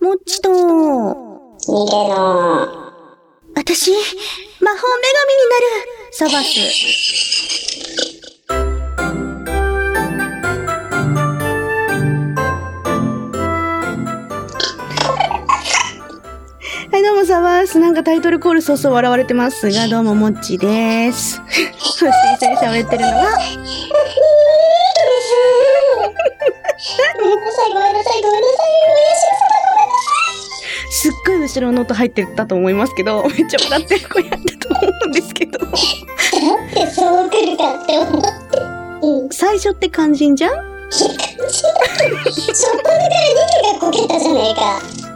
もちと、似てるな私、魔法女神になる、サバス。はい、どうも、サバス。なんかタイトルコール早々笑われてますが、どうも、もっちです。そして一緒に喋ってるのは、ごめんなさい、ごめんなさい、ごめんなさい、すっごい後ろの音入ってたと思いますけど、めっちゃ笑ってる子やったと思うんですけど。ごめんなさい。だってそう来るかって思って。うん。最初って肝心じゃん結構違う。初っ端から2がこけたじゃないか。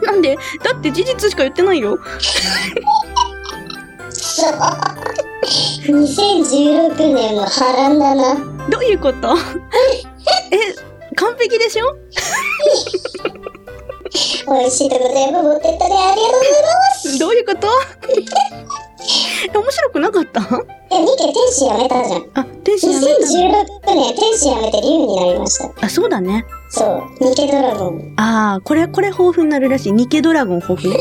なんでだって事実しか言ってないよ。そう。2016年の波乱だな。どういうことえ、完璧でしょ美味しいとこ全部持ってったね。ありがとうございます。どういうことえ面白くなかったえ、ミケ天使やめたじゃん。あ、天使やめたの2016年天使やめて竜になりました。あ、そうだね。そう。ニケドラゴン。ああ、これ、これ豊富になるらしい。ニケドラゴン豊富。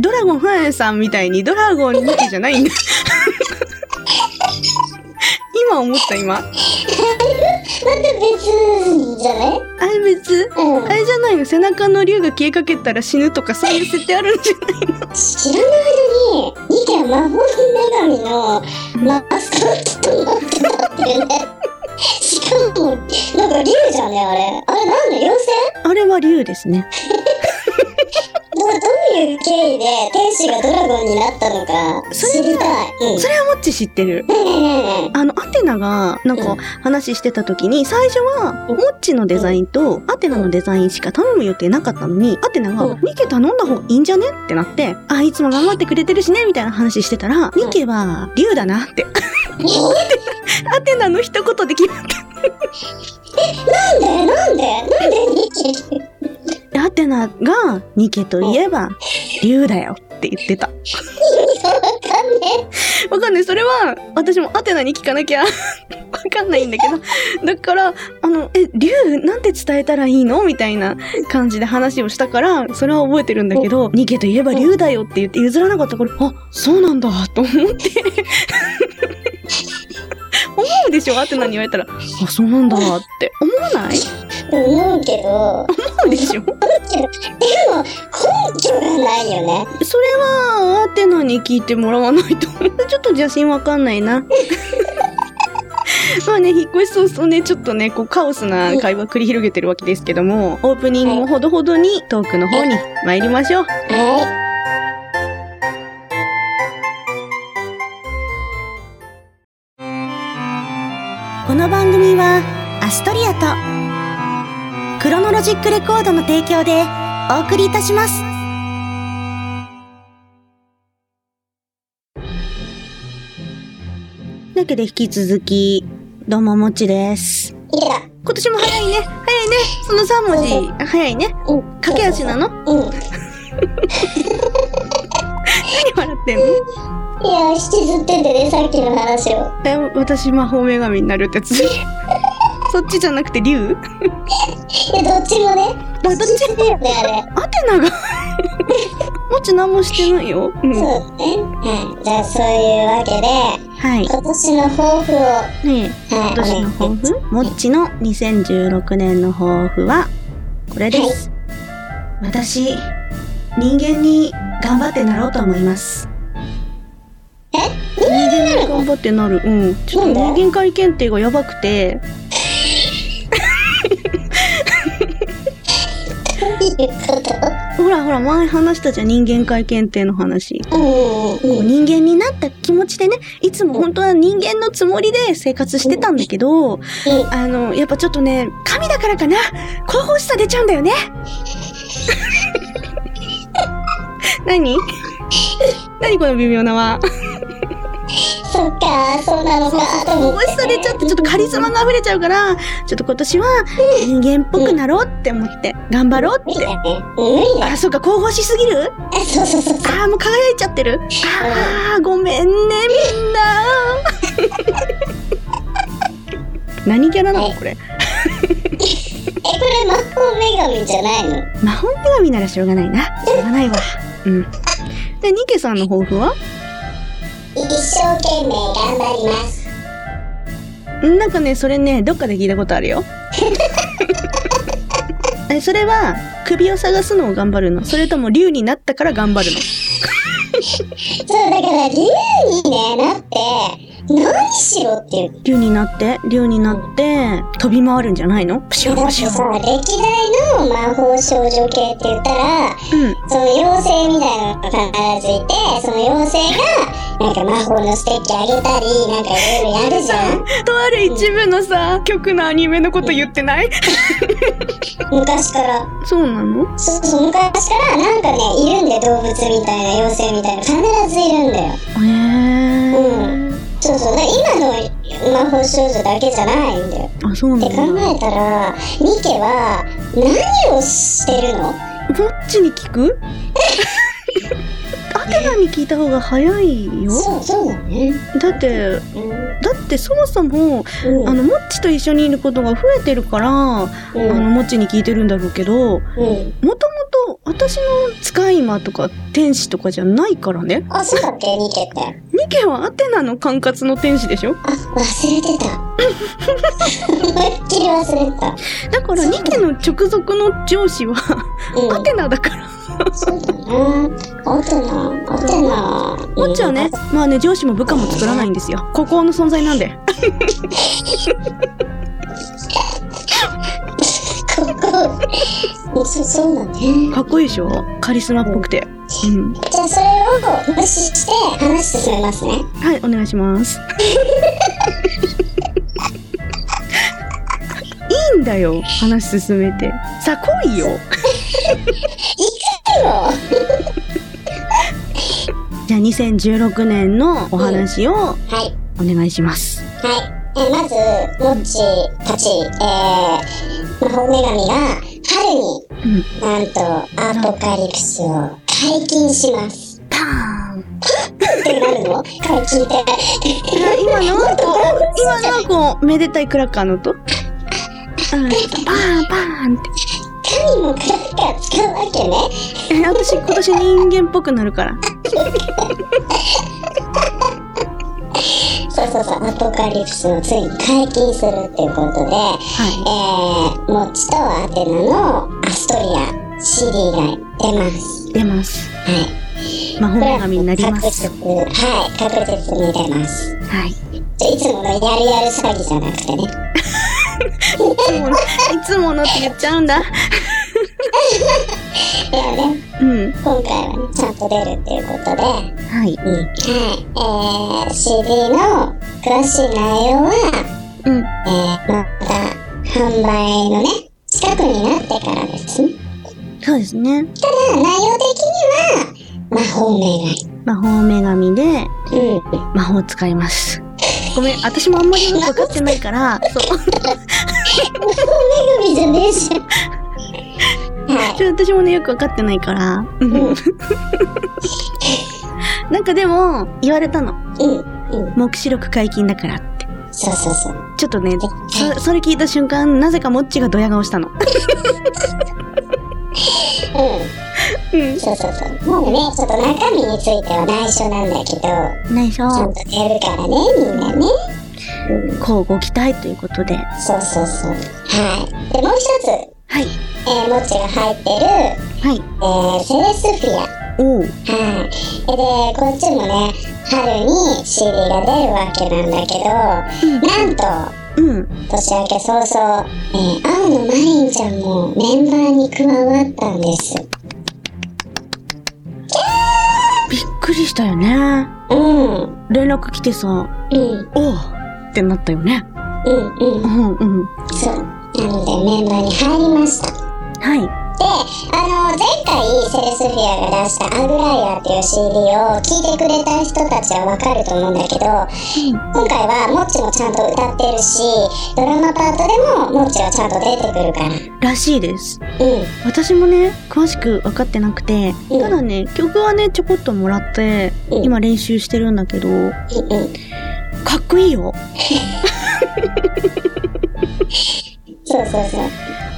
ドラゴンファンさんみたいにドラゴンニケじゃないんだ。 今思った今。あ なんで別じゃないれ別うんあ。れじゃないの背中の竜が消えかけたら死ぬとかそういう設定あるんじゃないの知らない間にニケは魔法の女神のマスコットになってたっていうね。 しかも、なんか竜じゃんね、あれ。あれなんだ、妖精あれは竜ですね。どどういう経緯で天使がドラゴンになったのかそれ知はりたい。うん。それはもっち知ってる。ねえねえねあの、アテナが、なんうかん、話してた時に、最初は、モッチのデザインと、アテナのデザインしか頼む予定なかったのに、アテナうがん、ニケ頼んだ方がいいんじゃねってなって、あ、いつも頑張ってくれてるしね、みたいな話してたら、ニケは、竜だなって、 アテナの一言で決まっえなんでなんでなんで ニケ竜た。アテナが、ニケといえば、竜だよって言ってた。がわかんねわかんない。それは、私もアテナに聞かなきゃ 、わかんないんだけど。だから、あの、え、竜、なんて伝えたらいいのみたいな感じで話をしたから、それは覚えてるんだけど、ニケといえば竜だよって言って譲らなかったから、あ、そうなんだ、と思って。 思うでしょアテナに言われたら、あ、そうなんだ、って。思わないえ。思うけど、思うでしょ根拠がないよね。それは、アテナに聞いてもらわないと。 ちょっと邪心わかんない な。まあね、引っ越し早々ね、ちょっとね、こう、カオスな会話繰り広げてるわけですけども、オープニングもほどほどにトークの方に参りましょう。はこの番組は、アストリアと、クロノロジックレコードの提供でお送りいたします。だけで引き続き、どうももっちです。い。いけた。今年も早いね。早いね。その3文字、早いね。うん。駆け足なのうん。いや、何笑ってんの引きずっててね、さっきの話を。え、私魔法女神になるってやつ。そっちじゃなくて竜いや、どっちもね。どっち引きずってるよね、あれ。アテナが。もち何もしてないよ。うん。そうはだね。はい。じい。ゃあ、そういうわけで、今年の抱負を、はねえ、い、お今年の抱願いし負もっちの2016年の抱負は、これです。私、人間に頑張ってなろうと思います。え人間に頑張ってなる。うん。ちょっとなんで人間界検定がやばくて、ます。どういうことほらほら、前話したじゃん、人間界検定の話。うんうんうん。人間になった気持ちでね、いつも本当は人間のつもりで生活してたんだけど、あの、やっぱちょっとね、神だからかな、興奮しさ出ちゃうんだよね。 何何この微妙なは。そっか、そうなのか、と思興奮って。しさ出ちゃって、ちょっとカリスマが溢れちゃうから、ちょっと今年は人間っぽくなろうって思って、頑張ろう無っ理て。だね。無理だ。あ、そうか、興奮しすぎるあそうそうそう。あーもう輝いちゃってるあーごめんねみんな何キャラなのこれえ、これ魔法女神じゃないの魔法女神ならしょうがないな。しょうがないわ。うん。で、ニケさんの抱負は一生懸命頑張りますなんかね、それね、どっかで聞いたことあるよ。えそれは、首を探すのを頑張るの。それとも、竜になったから頑張るの。そうだから竜にねなって何しろっていう竜になって、竜になって、飛び回るんじゃないのプシュだンっプてシュさン。歴代の魔法少女系って言ったらうん。その妖精みたいなのが必ずいてその妖精がなんか魔法のステッキあげたりなんかいろいろやるじゃんとある一部のさ、曲のアニメのこと言ってない昔からそうなのそうそう昔からなんかねいるんだよ動物みたいな妖精みたいな必ずいるんだよへえ。そうそうだから今の魔法少女だけじゃないんだよあ、そうっなてん考だ。えたらニケは何をしてるのどっちに聞 くアテナに聞いた方が早いよ。そうそうだねだって、うんだってそもそも、うんあの、もっちと一緒にいることが増えてるから、あうの、んもっちに聞いてるんだろうけど、もうんともと私の使い魔とか天使とかじゃないからね。あそうだっけニケってニケはアテナの管轄の天使でしょあ忘れてた思いっきり忘れてただからニケの直属の上司はうんアテナだから。そうだなあとなあとなもっちはね、まあね、上司も部下も作らないんですよ。孤高の存在なんで。ここそうそうだねかっこいいでしょカリスマっぽくて。うん。じゃあそれを無視して話進めますねはい、お願いします。いいんだよ、話進めて。さあ、来いよ。よじゃあ、2016年のお話をはおい願いします。はい。えーまず、モッチーたち、えー、魔法女神が春にうん。なんとアポカリプスを解禁します。パーン。ってなるの解禁って。 今のはこう、今のはこう、めでたいクラッカーの音。うん、パーン、パーンっ神もクラッカー使うわけね。て。え私、今年人間っぽくなるから。そうそうそう、アポカリプスをついに解禁するっていうことで、えー、はモッチとアテナのアストリア CD が出ます。い。出ます。はい。魔法女神になりま確す実。。はい、確実に出ます。はい。じゃあいつものやるやる詐欺じゃなくてね。いつもの、いつものって言っちゃうんだ。いやね、うん。今回はね、ちゃんと出るっていうことで、うん。はい。はい。えー、CD の詳しい内容は、うん。えー、また、販売のね、近くになってからですね。そうですね。ただ、内容的には、魔法女魔法女神で神。うん。 魔法を使います。ごめん、私もあんまりよくわかってないから、そう。魔法女神じゃねえじゃん。はい。ちょ私もね、よくわかってないから。うんうんなんかでも、言われたの。うん。うん。目視録解禁だからって。そうそうそう。ちょっとね、えそそれ聞いた瞬間、なぜかモッチがドヤ顔したの。ううんん。。そうそうそう。なのでね、ちょっと中身については内緒なんだけど、内緒ち、ゃんとやるからね、みんなね。うん、こうご期待ということで。そうそうそう。はい。で、もう一つ、えはい。ー、モッチが入ってる、はい。えー、セレスフィア。おう。はい。で、こっちもね、春に CD が出るわけなんだけど、なんと、うん。年明け早々、えー、青野マリンちゃんもメンバーに加わったんです。びっくりしたよね。うん。連絡来てさ、うん。おうってなったよね。うん。う。うんんうん。そう。なので、メンバーに入りました。はい。で、あの、前回セレスフィアが出した「アグライア」っていう CD を聴いてくれた人たちはわかると思うんだけど今回はモッチもちゃんと歌ってるしドラマパートでもモッチはちゃんと出てくるかららしいです。うん私もね、詳しく分かってなくて、うんただね、曲はね、ちょこっともらって、うん今練習してるんだけど、うんうんかっこいいよ。そうそうそう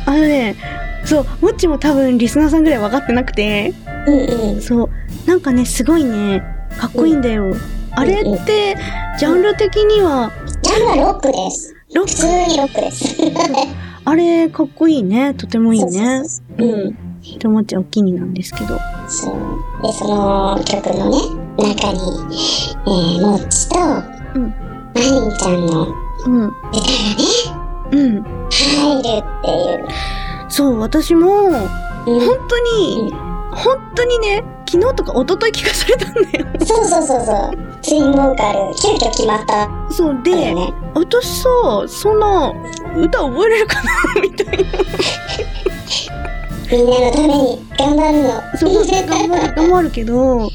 あのね、そう、もっちも多分リスナーさんぐらい分かってなくて、うんうん。そう、なんかね、すごいね、かっこいいんだよ。あれって、ジャンル的には、ジャンルはロックです。ロ普ッ通ク、にロックです。あれかっこいいね、とてもいい そうそうね。そうう。ん。って思っちゃうお気になんですけど。そう。で、その曲のね、中に、えー、もっちと、うんまりんちゃんのうん。歌がうん。ね、入るっていう。そう、私も、うん本当に、本当にね、昨日とか一昨日聞かされたんだよ。そうそうそうそう。ツインボーカル、急遽決まったんそう、だよで、ね。私さ、そんな、歌覚えれるかなみたいな。みんなのために頑張るの。そう、頑張る、頑張るけど、うん。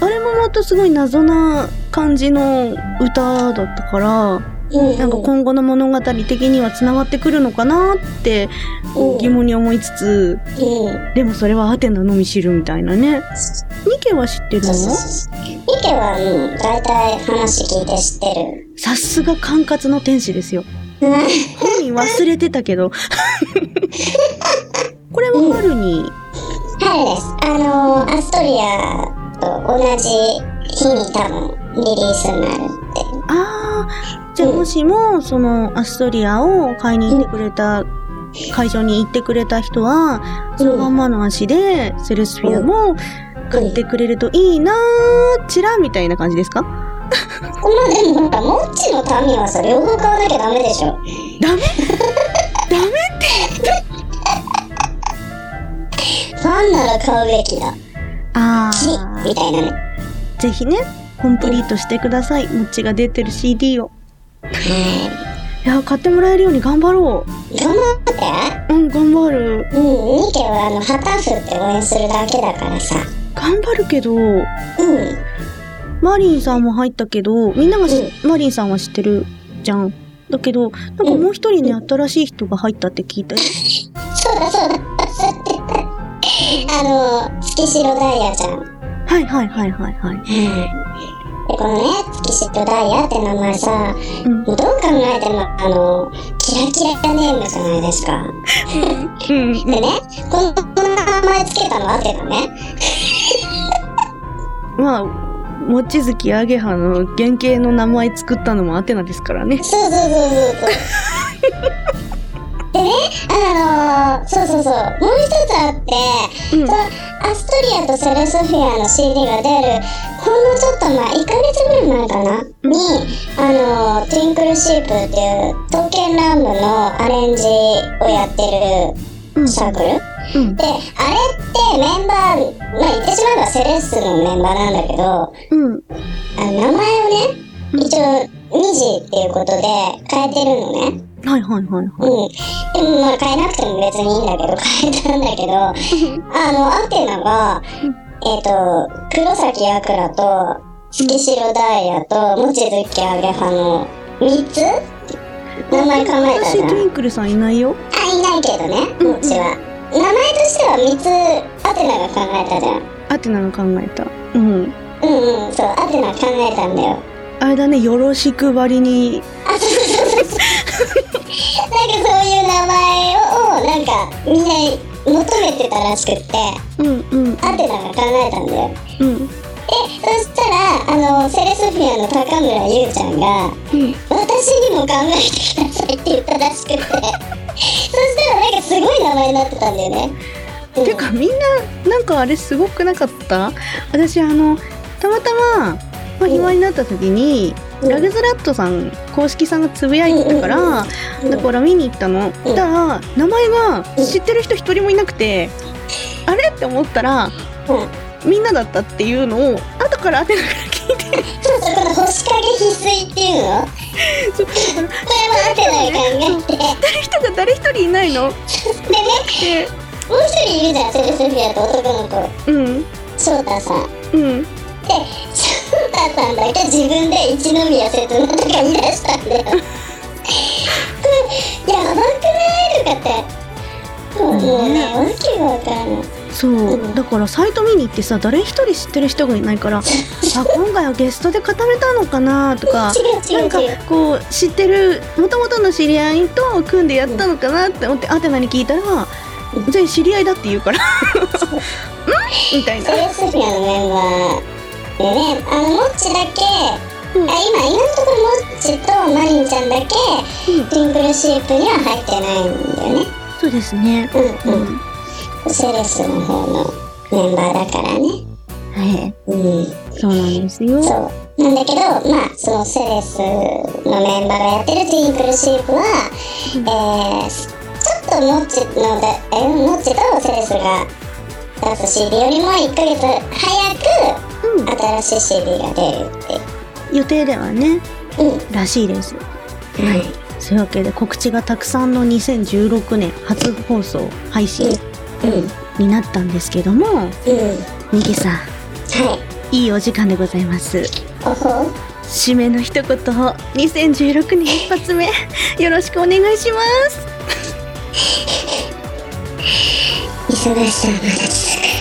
あれもまたすごい謎な感じの歌だったから、うん。なんか今後の物語的には繋がってくるのかなって、こう疑問に思いつつ、うん。でもそれはアテナのみ知るみたいなね。ニケは知ってるのそうそうそう。ミケは、うん、大体話聞いて知ってる。さすが管轄の天使ですよ。うん本人忘れてたけど。 これは春に、春です。あのー、アストリアと同じ日に多分リリースになるって。ああ、じゃあもしも、そのアストリアを買いに行ってくれた、会場に行ってくれた人は、そのまんまの足でセルスフィアも買ってくれるといいなー、ちらみたいな感じですかまあでもなんか、モッチの民はさ、両方買わなきゃダメでしょ。ダメダメファンなら買うべきだ。あきあ、みたいなね。ぜひね、コンプリートしてください。もっちが出てる CD を。はいやー、買ってもらえるように頑張ろい。頑張う。うん、頑張る。って。うん、ミケはあの、旗振って応援するだけだからさ。頑張るけど、うん。マリンさんも入ったけど、みんながし、マリンさんは知ってるじゃん。だけど、なんかもう一人ね、新しい人が入ったって聞いたよ。そうだそうだ。忘れてた。あのー、月城ダイヤちゃん。はいはいはいはいはい。はいで、このね、月シットダイヤって名前さ、うん。もうどう考えても、あの、キラキラネームじゃないですか。うん。でね、この名前つけたのあってたね。まあ、もちづきアゲハの原型の名前作ったのもアテナですからね。そうそうそうそうそう。でね、あのそうそうそう、もう一つあって、うんそのアストリアとセルソフィアの CD が出る、ほんのちょっと前、1ヶ月ぐらい前かな、に、あのトゥインクルシープっていう、刀剣乱舞のアレンジをやってるうん。サークルうん。で、あれってメンバー、まあ言ってしまえばセレッスのメンバーなんだけど、あうん。の名前をね、一応、ニジっていうことで変えてるのね。はいはいはいうん。はでもまあ変えなくても別にいいんだけど、変えたんだ けど、あの、アテナが、えっ、と、黒崎明と、月城ダイヤと、望月あげはの3つ名前考えい。た私、じゃトん。ゥインクルさんいないよ。あ、いないけどね、うんうんもちは。名前としては3つ、アテナが考えたじゃん。アテナが考えた。うん。うんうん、そう、アテナ考えたんだよ。あれだね、よろしくばりに。あ、そうそうそうそう。なんかそういう名前を、なんか、みんな求めてたらしくって、うんうんアテナが考えたんだよ。うん。で、そしたら、あの、セレスフィアの高村優ちゃんが、うん。私にも考えてくださいって言ったらしくて、そしたらなんかすごい名前になってたんだよね。うんてかみんななんかあれすごくなかった私あのたまたま、まあ、暇になった時に、うんラグズラットさん公式さんがつぶやいてたから、うんだから見に行ったの、うんだから名前がうん知ってる人一人もいなくて、あれって思ったらうんみんなだったっていうのを後から後から聞いてそうそう、この星影翡翠っていうのそうこれもアテナが考えて。誰人が誰一人いないのでね、でもう一人いるじゃん、セルセフィアと男の子、うん翔太さん。うんで、翔太さんだけ自分で一宮せつなとか言い出したんだよ。これ、やばくないとかって。もうもうね、わけがわからない。そう、うんだからサイト見に行ってさ誰一人知ってる人がいない からあ今回はゲストで固めたのかなとか違なんう違かう違う。こう知ってるもともとの知り合いと組んでやったのかなって思ってアテナに聞いたらじゃあ知り合いだ って言うからんみたいなセレスフィアのメンバーでねあのモッチだけ、うんあ今今のところモッチとマリンちゃんだけうんトゥインクルシープには入ってないんだよねそうですねううんうん、んセレスの方のメンバーだからねはいうんそうなんですよそうなんだけどまあそのセレスのメンバーがやってるトゥインクルシープは、えーちょっとモッチのだえモッチとセレスが出す CD よりも1ヶ月早くうん新しい CD が出るって予定ではねうんらしいですはいそういうわけで告知がたくさんの2016年初放送配信うんになったんですけどもうんにぎさんはいいいお時間でございますおほ締めの一言を2016年一発目よろしくお願いします忙しさはまだ続く